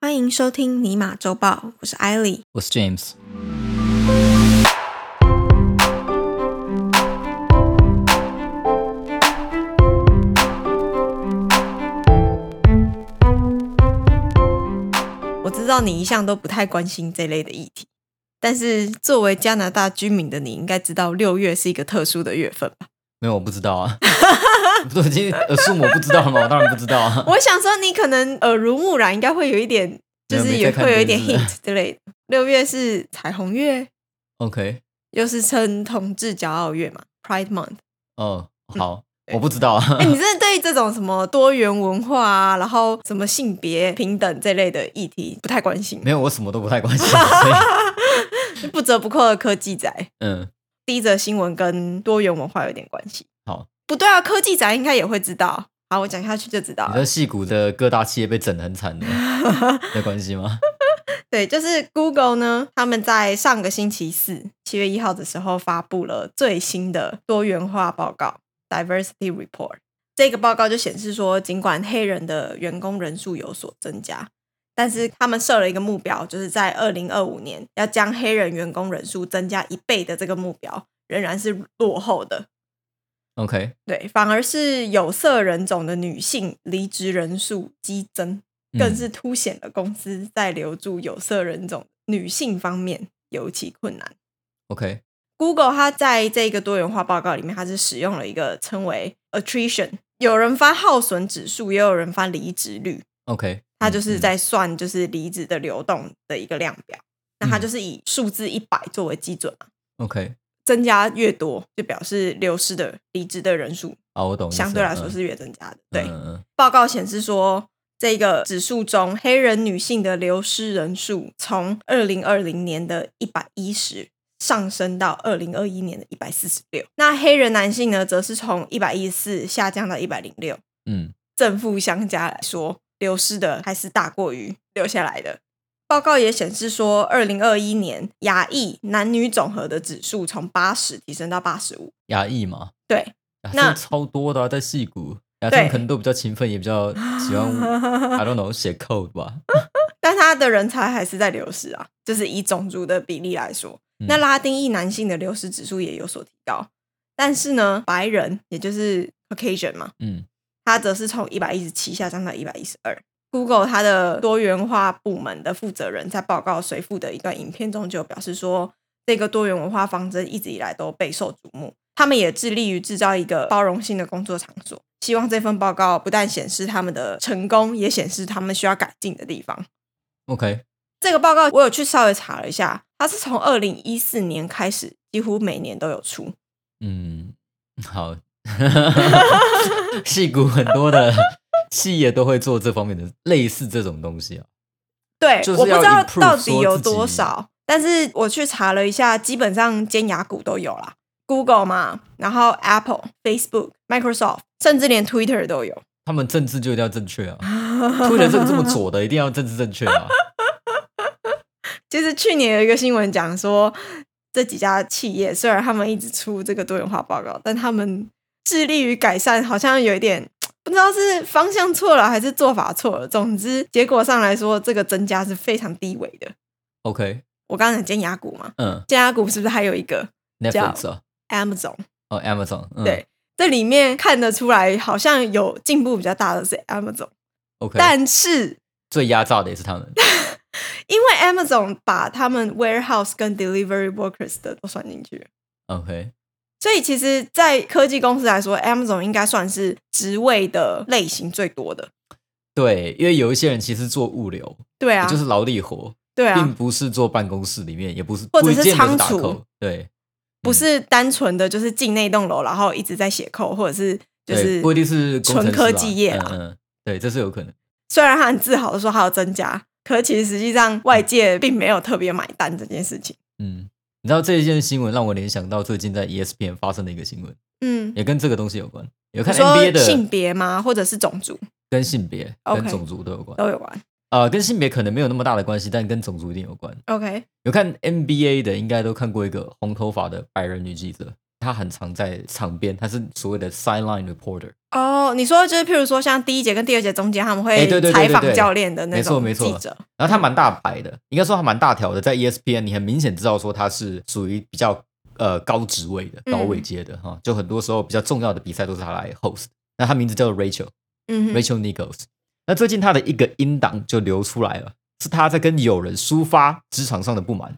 欢迎收听尼玛周报，我是艾莉。我是 James。我知道你一向都不太关心这类的议题，但是作为加拿大居民的你，应该知道六月是一个特殊的月份吧？没有，我不知道 啊。你不是已经呃，是我不知道了吗？我当然不知道啊。我想说，你可能耳濡目染，应该会有一点，就没是有也没在看会有一点电视啊 hint 之类的。六月是彩虹月， OK，又是称同志骄傲月嘛，Pride Month。哦，好，我不知道啊。 哎、你真的对这种什么多元文化啊，然后什么性别平等这类的议题不太关心 没，有，我什么都不太关心。啊所以，不折不扣的科技宅。 嗯，第一则新闻跟多元文化有点关系。好，不对啊，科技宅应该也会知道。好，我讲下去就知道你了的。戏骨的各大企业被整得很 惨的，有关系吗？对，就是 Google 呢，他们在上个星期四七月一号的时候发布了最新的多元化报告 （Diversity Report）。这个报告就显示说，尽管黑人的员工人数有所增加，但是他们设了一个目标，就是在二零二五年要将黑人员工人数增加一倍的这个目标，仍然是落后的。 OK，对，反而是有色人种的女性离职人数激增，嗯更是凸显了公司在留住有色人种女性方面尤其困难。 OK， Google 它在这个多元化报告里面，它是使用了一个称为 attrition，有人发耗损指数，也有人发离职率， OK，它就是嗯在算就是离职的流动的一个量表。那它嗯就是以数字一百作为基准嘛，嗯 OK，增加越多，就表示流失的离职的人数好，我懂意思了。相对来说嗯是越增加的。对，嗯嗯报告显示说，这个指数中黑人女性的流失人数从二零二零年的一百一十上升到二零二一年的一百四十六，那黑人男性呢，则是从一百一四下降到一百零六，嗯正负相加来说，流失的还是大过于留下来的。报告也显示说，二零二一年亚裔男女总和的指数从八十提升到八十五，亚裔嘛，对，亚那洲超多的啊、在戏骨，亚洲对人可能都比较勤奋，也比较 喜欢，I don't know 写 code 吧。但他的人才还是在流失啊，就是以种族的比例来说，嗯那拉丁裔男性的流失指数也有所提高，但是呢，白人也就是 Caucasian 嘛，嗯他则是从一百一十七下降到一百一十二。Google 它的多元化部门的负责人在报告随附的一段影片中就表示说，这个多元文化方针一直以来都备受瞩目，他们也致力于制造一个包容性的工作场所。希望这份报告不但显示他们的成功，也显示他们需要改进的地方。 ，OK，这个报告我有去稍微查了一下，它是从二零一四年开始，几乎每年都有出。嗯， 好，戏骨很多的企业都会做这方面的类似这种东西啊。对，就是我不要知道 improve 到底说有自己多少，但是我去查了一下，基本上尖牙股都有啦，Google 嘛，然后 Apple、Facebook、Microsoft，甚至连 Twitter 都有。他们政治就一定要正确啊，突然这个这么左的，一定要政治正确啊。其实去年有一个新闻讲说，这几家企业虽然他们一直出这个多元化报告，但他们致力于改善，好像有一点不知道是方向错了还是做法错了。总之，结果上来说，这个增加是非常低微的。 OK，我刚才讲尖牙股嘛，嗯尖牙股是不是还有一个，Netflix 啊， Amazon？哦，Amazon，嗯对，这里面看得出来，好像有进步比较大的是 Amazon， ，OK，但是最压榨的也 是他们。因为 Amazon 把他们 warehouse 跟 delivery workers 的都算进去了 OK，所以其实，在科技公司来说，Amazon 应该算是职位的类型最多的。对，因为有一些人其实做物流，对啊，就是劳力活，对并啊，不是坐办公室里面，也不是或者是不见得打仓储扣对，不是嗯单纯的就是进那栋楼，然后一直在写扣，或者是就对是不一定是工程纯师科啦技业嗯啊。嗯，对，这是有可能。虽然他很自豪的说还有增加，可其实实际上外界并没有特别买单这件事情。嗯，你知道这一件新闻让我联想到最近在 E ESPN 发生的一个新闻，嗯，也跟这个东西有关，你有看说 NBA 的性别吗？或者是种族跟性别、跟 OK 种族都有关。都有关。呃，跟性别可能没有那么大的关系，但跟种族一定有关。 OK，有看 NBA 的，应该都看过一个红头发的白人女记者，他很常在场边，他是所谓的 sideline reporter。哦，你说就是譬如说像第一节跟第二节中间他们哎会对对对采对访对教练的那没错种没错记者，然后他蛮大牌的，应该说他蛮大条的，在 E ESPN 你很明显知道说他是属于比较呃高职位的、嗯高位阶的哈、就很多时候比较重要的比赛都是他来 host。那他名字叫做 Rachel、嗯哼 Rachel Nichols。那最近他的一个音档就流出来了，是他在跟友人抒发职场上的不满。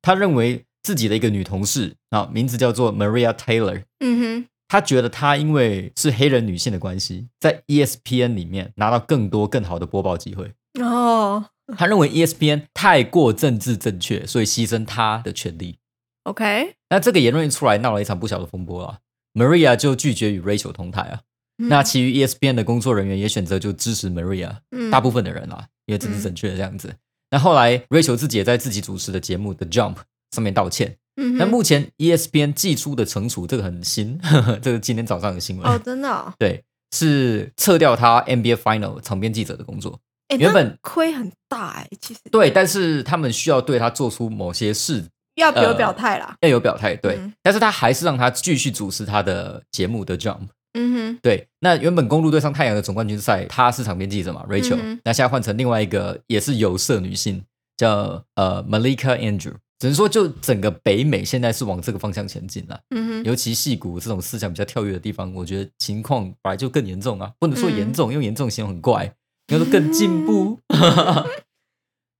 他认为自己的一个女同事啊，名字叫做 Maria Taylor，嗯他觉得他因为是黑人女性的关系，在 E ESPN 里面拿到更多更好的播报机会。哼，哦他认为 E ESPN 太过政治正确，所以牺牲他的权利。 ，OK，那这个言论一出来，闹了一场不小的风波啊。Maria 就拒绝与 Rachel 同台啊。嗯那其余 E ESPN 的工作人员也选择就支持 Maria，、嗯大部分的人啊，因为政治正确这样子。那后来 Rachel 自己也在自己主持的节目《The Jump》上面道歉。嗯那哼目前 E ESPN 寄出的惩处，这个很新， 呵呵这是今天早上的新闻。哦真的哦，对，是撤掉他 NBA Final 场边记者的工作。哎原那本亏很大哎，其实对，但是他们需要对他做出某些事，要有呃表态啦，要有表态。对，嗯但是他还是让他继续主持他的节目的 Jump。嗯对，那原本公路对上太阳的总冠军赛，他是场边记者嘛，Rachel、嗯哼那现在换成另外一个也是有色女性，叫呃 Malika Andrew。只能说，就整个北美现在是往这个方向前进了、哼，嗯哼，尤其戏骨这种思想比较跳跃的地方，我觉得情况本来就更严重啊，不能说嗯严重，因为严重形容很怪，应该说更 进步。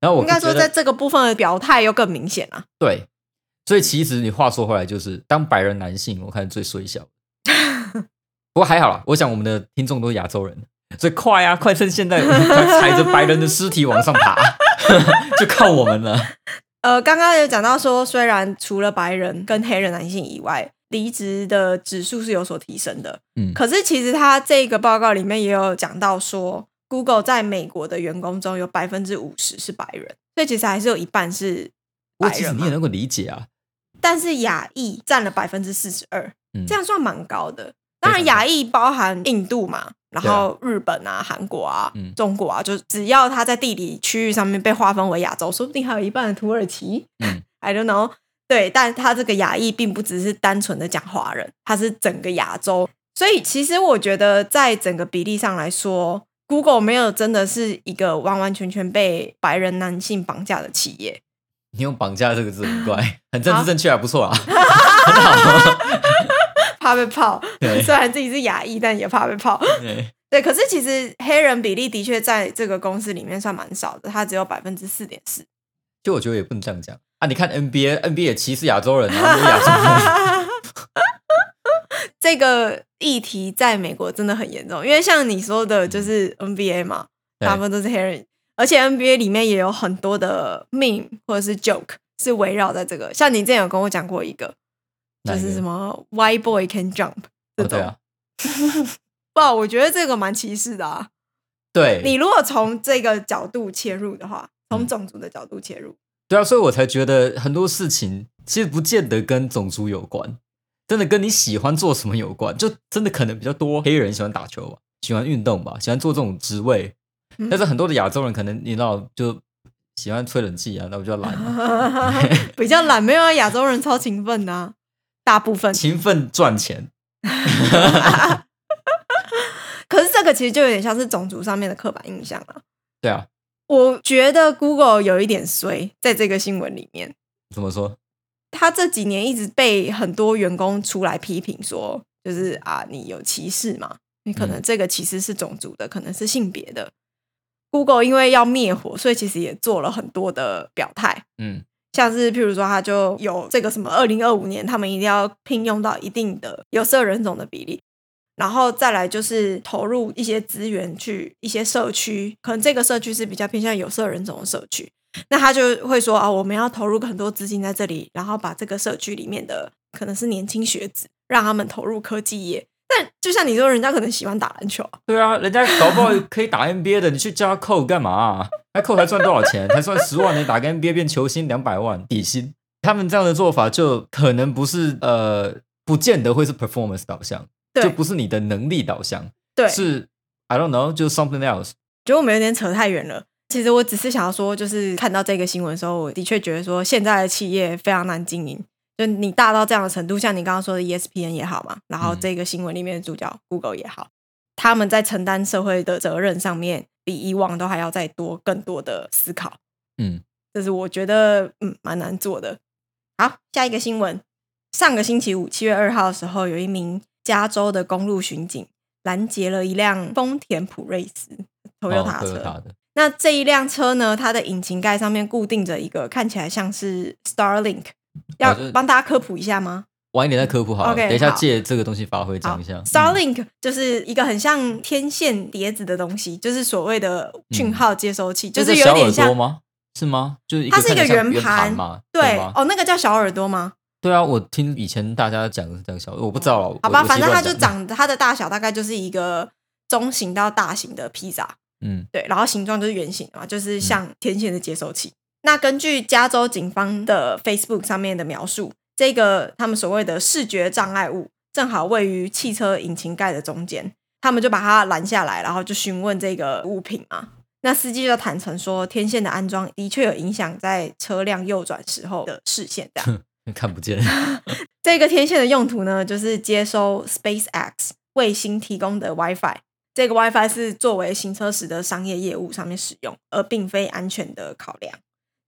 然后我应该说觉得在这个部分的表态又更明显啦。对，所以其实你话说回来，就是当白人男性，我看最衰小。不过还好啦，我想我们的听众都是亚洲人，所以快啊，快趁现在，快踩着白人的尸体往上爬， 就靠我们了。 呃，刚刚有讲到说，虽然除了白人跟黑人男性以外，离职的指数是有所提升的，嗯可是其实他这个报告里面也有讲到说，Google 在美国的员工中有百分之五十是白人，所以其实还是有一半是不过白其实人你也嘛，能够理解啊，但是亚裔占了百分之四十二，嗯这样算蛮高的。当然，非常高亚裔包含印度嘛，然后日本啊、韩国啊、嗯中国啊，就只要它在地理区域上面被划分为亚洲，说不定还有一半的土耳其。嗯 I don't know。对，但他这个亚裔并不只是单纯的讲华人，他是整个亚洲。所以其实我觉得，在整个比例上来说，Google 没有真的是一个完完全全被白人男性绑架的企业。你用“绑架”这个字很怪，很政治正确啊，不错 啊，很好。怕被泡，对虽然自己是亚裔，但也怕被泡。对，对，可是其实黑人比例的确在这个公司里面算蛮少的，它只有百分之四点四。就我觉得也不能这样讲啊。你看 NBA，NBA 也歧视亚洲人啊，没有亚 洲人。这个议题在美国真的很严重，因为像你说的，就是 NBA 嘛，对大部分都是黑人，而且 NBA 里面也有很多的 meme 或者是 joke 是围绕在这个。像你之前有跟我讲过一个，就哪一个是什么 White boy can jump 这种哦对，啊，不，我觉得这个蛮歧视的啊。对，嗯你如果从这个角度切入的话，从种族的角度切入，对啊，所以我才觉得很多事情其实不见得跟种族有关，真的跟你喜欢做什么有关。就真的可能比较多黑人喜欢打球吧，喜欢运动吧，喜欢做这种职位，嗯但是很多的亚洲人可能你知道就喜欢吹冷气啊，那我就懒、啊， 比较懒，没有啊，亚洲人超勤奋的、啊，大部分。勤奋赚钱。可是这个其实就有点像是种族上面的刻板印象啊。对啊，我觉得 Google 有一点衰，在这个新闻里面，怎么说？他这几年一直被很多员工出来批评说，就是啊，你有歧视嘛？你可能这个歧视是种族的，可能是性别的。Google 因为要灭火，所以其实也做了很多的表态。嗯，像是譬如说，他就有这个什么二零二五年，他们一定要聘用到一定的有色人种的比例，然后再来就是投入一些资源去一些社区，可能这个社区是比较偏向有色人种的社区，那他就会说啊，我们要投入很多资金在这里，然后把这个社区里面的可能是年轻学子，让他们投入科技业。但就像你说，人家可能喜欢打篮球啊，对啊，人家搞不好可以打 NBA 的，你去叫他扣干嘛、啊？那扣才赚多少钱？才赚十万，你打个 NBA 变球星两百万底薪。他们这样的做法就可能不是呃，不见得会是 performance 导向，对就不是你的能力导向，对，是 I don't know，就是 something else。觉得我们有点扯太远了。其实我只是想要说，就是看到这个新闻的时候，我的确觉得说现在的企业非常难经营，就你大到这样的程度，像你刚刚说的 E ESPN 也好嘛，然后嗯这个新闻里面的主角 Google 也好，他们在承担社会的责任上面，比以往都还要再多更多的思考。嗯，这是我觉得嗯蛮难做的。好，下一个新闻，上个星期五七月二号的时候，有一名加州的公路巡警拦截了一辆丰田普锐斯 Toyota 车。哦塔的，那这一辆车呢，它的引擎盖上面固定着一个看起来像是 Starlink，要就是帮大家科普一下吗？晚一点再科普好了 OK，等一下好借这个东西发挥好讲一下。嗯，Starlink 就是一个很像天线碟子的东西，就是所谓的讯号接收器，就就是有嗯小点耳像朵吗？是吗？就是它是一看起个来圆像圆盘嘛？对吗？哦，那个叫小耳朵吗？对啊，我听以前大家讲讲小，我不知道了。好吧，我反正它我就习惯讲长它的大小大概就是一个中型到大型的披萨，嗯对，然后形状就是圆形的嘛，就是像天线的接收器。那根据加州警方的 Facebook 上面的描述，这个他们所谓的视觉障碍物正好位于汽车引擎盖的中间，他们就把它拦下来，然后就询问这个物品嘛。那司机就坦诚说，天线的安装的确有影响在车辆右转时候的视线，这样。 看不见。这个天线的用途呢，就是接收 SpaceX 卫星提供的 WiFi。这个 WiFi 是作为行车时的商业业务上面使用，而并非安全的考量。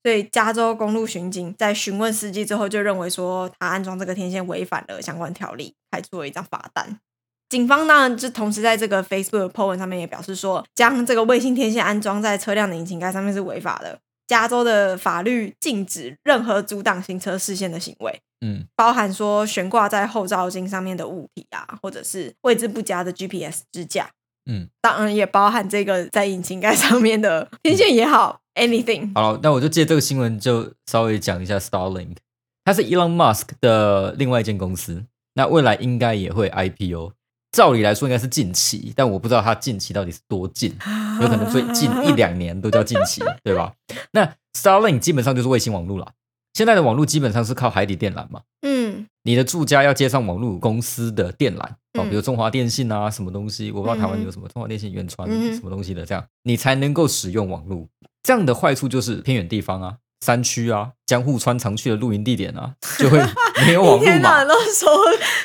所以，加州公路巡警在询问司机之后，就认为说他安装这个天线违反了相关条例，开出了一张罚单。警方当然就同时在这个 Facebook 的 po 文上面也表示说，将这个卫星天线安装在车辆的引擎盖上面是违法的。加州的法律禁止任何阻挡行车视线的行为。嗯，包含说悬挂在后照镜上面的物体啊，或者是位置不佳的 GPS 支架，嗯，当然也包含这个在引擎盖上面的天线也好，anything，好了，那我就借这个新闻就稍微讲一下 Starlink，它是 Elon Musk 的另外一间公司，那未来应该也会 IPO。照理来说应该是近期，但我不知道它近期到底是多近，有可能最近一两年都叫近期，对吧？那 Starlink 基本上就是卫星网络啦，现在的网络基本上是靠海底电缆嘛， 嗯你的住家要接上网络公司的电缆哦，嗯比如中华电信啊，什么东西，我不知道台湾有什么中华电信、远传嗯哼什么东西的，这样你才能够使用网络。这样的坏处就是偏远地方啊、山区啊、江户川常去的露营地点啊，就会没有网一络天到晚嘛，都 搜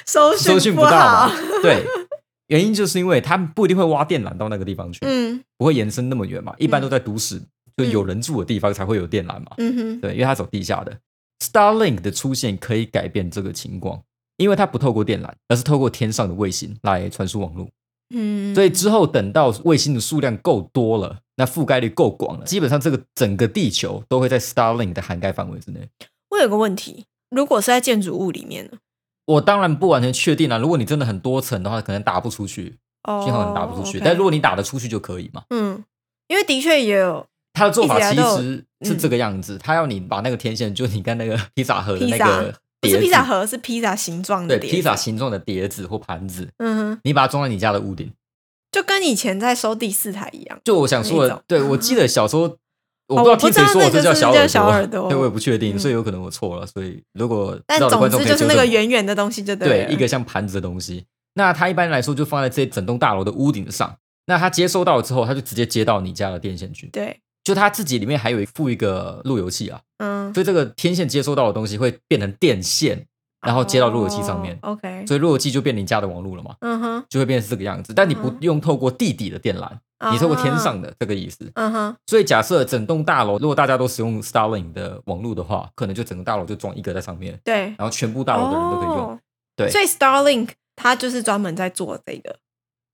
搜搜寻讯不不到嘛好，。对，原因就是因为他们不一定会挖电缆到那个地方去，嗯不会延伸那么远嘛，一般都在都市，就有人住的地方才会有电缆嘛。嗯哼，对，因为它走地下的。Starlink 的出现可以改变这个情况，因为它不透过电缆，而是透过天上的卫星来传输网络。嗯，所以之后等到卫星的数量够多了，那覆盖率够广了，基本上这个整个地球都会在 Starlink 的涵盖范围之内。我有个问题，如果是在建筑物里面呢？我当然不完全确定啊啦、如果你真的很多层的话，可能打不出去，哦，信号可能打不出去。 OK 但如果你打得出去就可以嘛。嗯，因为的确也有它的做法一直以其来都有嗯实是这个样子，它要你把那个天线，就你看那个 披萨盒的披那萨个，不碟是子，披萨盒，是披萨形状的对碟披萨子，形状的碟子或盘子，嗯哼，你把它装在你家的屋顶。就跟以前在收第四台一样。就我想说那一的种，啊对我记得小时候，我哦不知道听谁说我我不知道那个这叫是不小是耳叫小耳朵对我也不确定，嗯所以有可能我错了。所以如果知但道的总观众之可以就是那纠个正我圆圆的东西就对对了，一个像盘子的东西。那它一般来说就放在这整栋大楼的屋顶上。那它接收到了之后，它就直接接到你家的电线去。对，就它自己里面还有一附一个路由器啊，嗯，所以这个天线接收到的东西会变成电线，然后接到路由器上面，哦 OK，所以路由器就变你家的网路了嘛，嗯哼，就会变成这个样子。但你不嗯用透过地底的电缆，你透过天啊，上的这个意思。嗯哼，所以假设整栋大楼，如果大家都使用 Starlink 的网络的话，可能就整个大楼就装一个在上面，对，然后全部大楼的人都可以用。哦对所以 Starlink 它就是专门在做这个，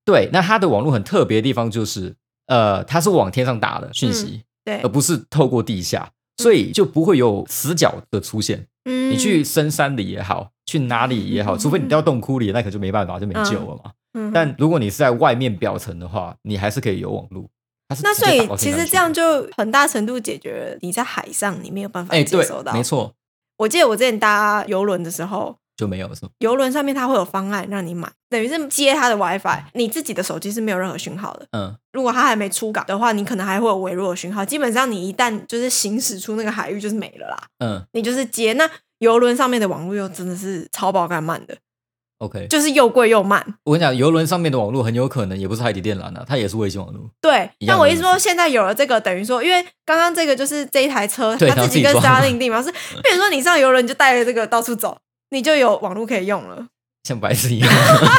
对，那它的网络很特别的地方就是，呃，它是往天上打的讯嗯息，对呃而，不是透过地下，所以就不会有死角的出现。嗯，你去，深山里也好，去哪里也好，除非你掉洞窟里，那可就没办法，就没救了嘛。嗯哼但如果你是在外面表层的话，你还是可以有网络。它是那直接所以打到其天上实去这样就很大程度解决了你在海上你没有办法哎、接对收到。，没，错，我记得我之前搭游轮的时候，就没有是吗？游轮上面它会有方案让你买，等于是接它的 WiFi，你自己的手机是没有任何讯号的。嗯，如果它还没出港的话，你可能还会有微弱的讯号。基本上你一旦就是行驶出那个海域，就是没了啦。嗯，你就是接那游轮上面的网络又真的是超爆干慢的， OK，就是又贵又慢。我跟你讲，游轮上面的网络很有可能也不是海底电缆啊，它也是卫星网络。对，一样但的我意思意思说，现在有了这个，等于说，因为刚刚这个就是这一台车，对它它自己自跟己装嗯 Starlink 订嘛，是，比如说你上游轮，你就带着这个到处走，你就有网络可以用了。像白痴一样。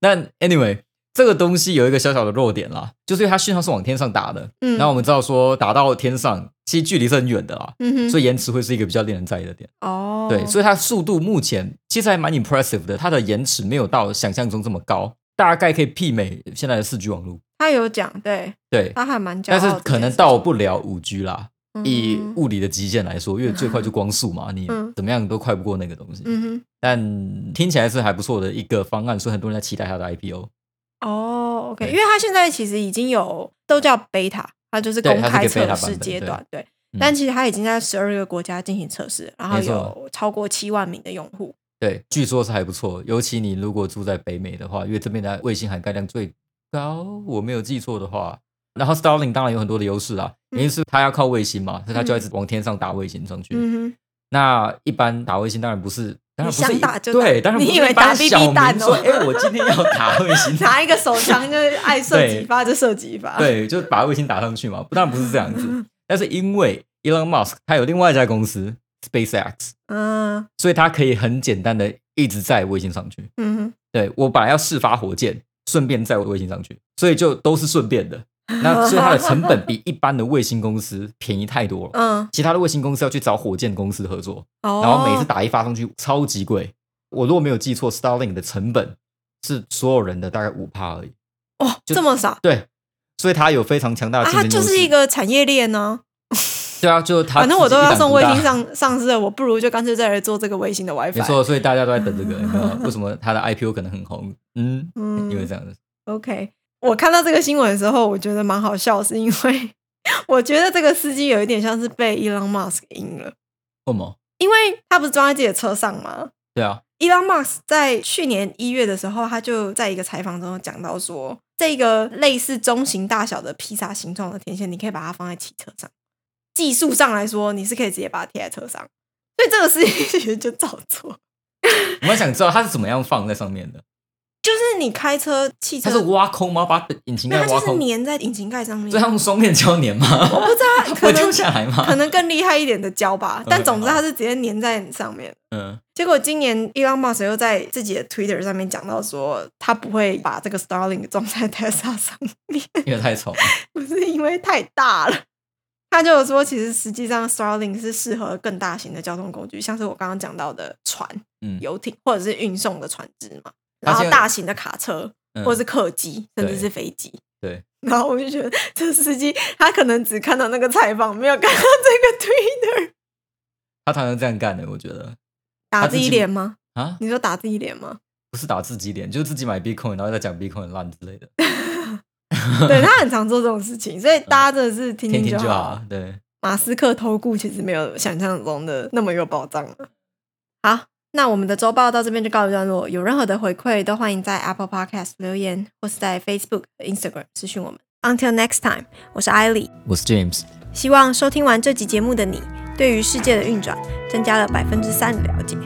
那 anyway，这个东西有一个小小的弱点啦，就是因为它讯号是往天上打的，嗯，那、我们知道说打到天上，其实距离是很远的啦，嗯哼，所以延迟会是一个比较令人在意的点。哦，对，所以它速度目前其实还蛮 impressive 的，它的延迟没有到想象中这么高，大概可以媲美现在的四 G 网络。他有讲，对对，他还蛮骄傲但这件事情，是可能到不了五 G 啦，嗯哼以物理的极限来说，因为最快就光速嘛，你嗯怎么样都快不过那个东西。嗯但听起来是还不错的一个方案，所以很多人在期待它的 IPO。哼，哦，OK，对因为他现在其实已经有都叫 beta，它就是对公它开是给 beta 测版试本阶对段，对嗯。但其实它已经在十二个国家进行测试，然后没错有超过七万名的用户。对，据说是还不错，尤其你如果住在北美的话，因为这边的卫星涵盖量最高，我没有记错的话。然后 Starlink 当然有很多的优势啊，嗯因为是它要靠卫星嘛，所以它就要一直往天上打卫星上去。嗯哼，那一般打卫星当然不是，当然不是你想打就打对，当然不你是以为一般打 BB 小弹民哦说，哎、我今天要打卫 星，拿一个手枪就是 爱射几发就射几发。，对，就是把卫星打上去嘛。当然不是这样子，但是因为 Elon Musk 他有另外一家公司 SpaceX，嗯所以它可以很简单的一直在卫星上去。嗯哼，对我本来要试发火箭，顺便在卫星上去，所以就都是顺便的。那所以它的成本比一般的卫星公司便宜太多了。嗯，其他的卫星公司要去找火箭公司合作，哦，然后每次打一发上去超级贵。我如果没有记错，Starlink 的成本是所有人的大概五帕而已。哇就这么少对，所以它有非常强大啊，的竞它争优势。就是一个产业链呢。对啊，就它反正我自己都一要党送独卫大星上上市了，我不如就干脆在这做这个卫星的 WiFi。没错，所以大家都在等这个。有 没有为什么它的 IPO 可能很红？嗯，嗯，因为这样子。 OK，我看到这个新闻的时候，我觉得蛮好笑，是因为 我觉得这个司机有一点像是被 Elon Musk 赢了，为什么？因为他不是装在自己的车上吗对啊， ？Elon Musk 在去年一月的时候，他就在一个采访中有讲到说，这个类似中型大小的披萨形状的天线，你可以把它放在汽车上。技术上来说，你是可以直接把它贴在车上，所以这个司机 其实就照做。我蛮想知道它是怎么样放在上面啊的。就是你开车、汽它车是，挖空吗？把引擎没有，盖它挖啊就是空？啊粘在引擎盖上面。所以它用双面胶粘吗？我不知道它， 不可会能掉下来吗？可能更厉害一点的胶 吧 OK，，但总之好它是直接粘在你上面。嗯，结果今年 Elon Musk 又在自己的 Twitter 上面讲到说，他不会把这个 Starlink 装在 Tesla 上面，因为太丑了。不是因为太大了。他就有说，其实实际上 Starlink 是适合更大型的交通工具，像是我刚刚讲到的船、嗯，游艇或者是运送的船只嘛，它然现在后大型的卡车嗯或者是客机，甚至对是飞机。对，然后我就觉得这司机他可能只看到那个采访，没有看到这个 Twitter。他常常这样干的，我觉得打他自自己己脸 吗？啊，你说打自己脸吗？ 不是打自己脸，就是自己买 Bitcoin，然后再讲 Bitcoin 很烂之类的，对他很常做这种事情，所以大家真的是听天嗯听天就就好。好。啊对，马斯克投顾其实没有想象中的那么有保障了。好，那我们的周报到这边就告一段落。有任何的回馈，都欢迎在 Apple Podcast 留言，或是在 Facebook、Instagram 私讯我们。Until next time，我是艾莉。我是 James，希望收听完这集节目的你，对于世界的运转增加了百分之三的了解。